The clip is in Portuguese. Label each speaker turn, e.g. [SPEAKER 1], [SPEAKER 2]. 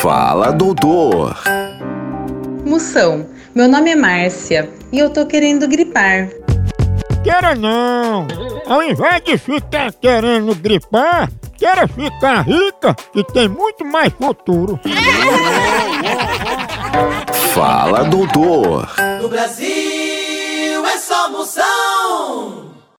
[SPEAKER 1] Fala, doutor.
[SPEAKER 2] Moção, meu nome é Márcia e eu tô querendo gripar.
[SPEAKER 3] Queira não! Ao invés de ficar querendo gripar, queira ficar rica, que tem muito mais futuro.
[SPEAKER 1] Fala, doutor.
[SPEAKER 4] No Brasil é só moção.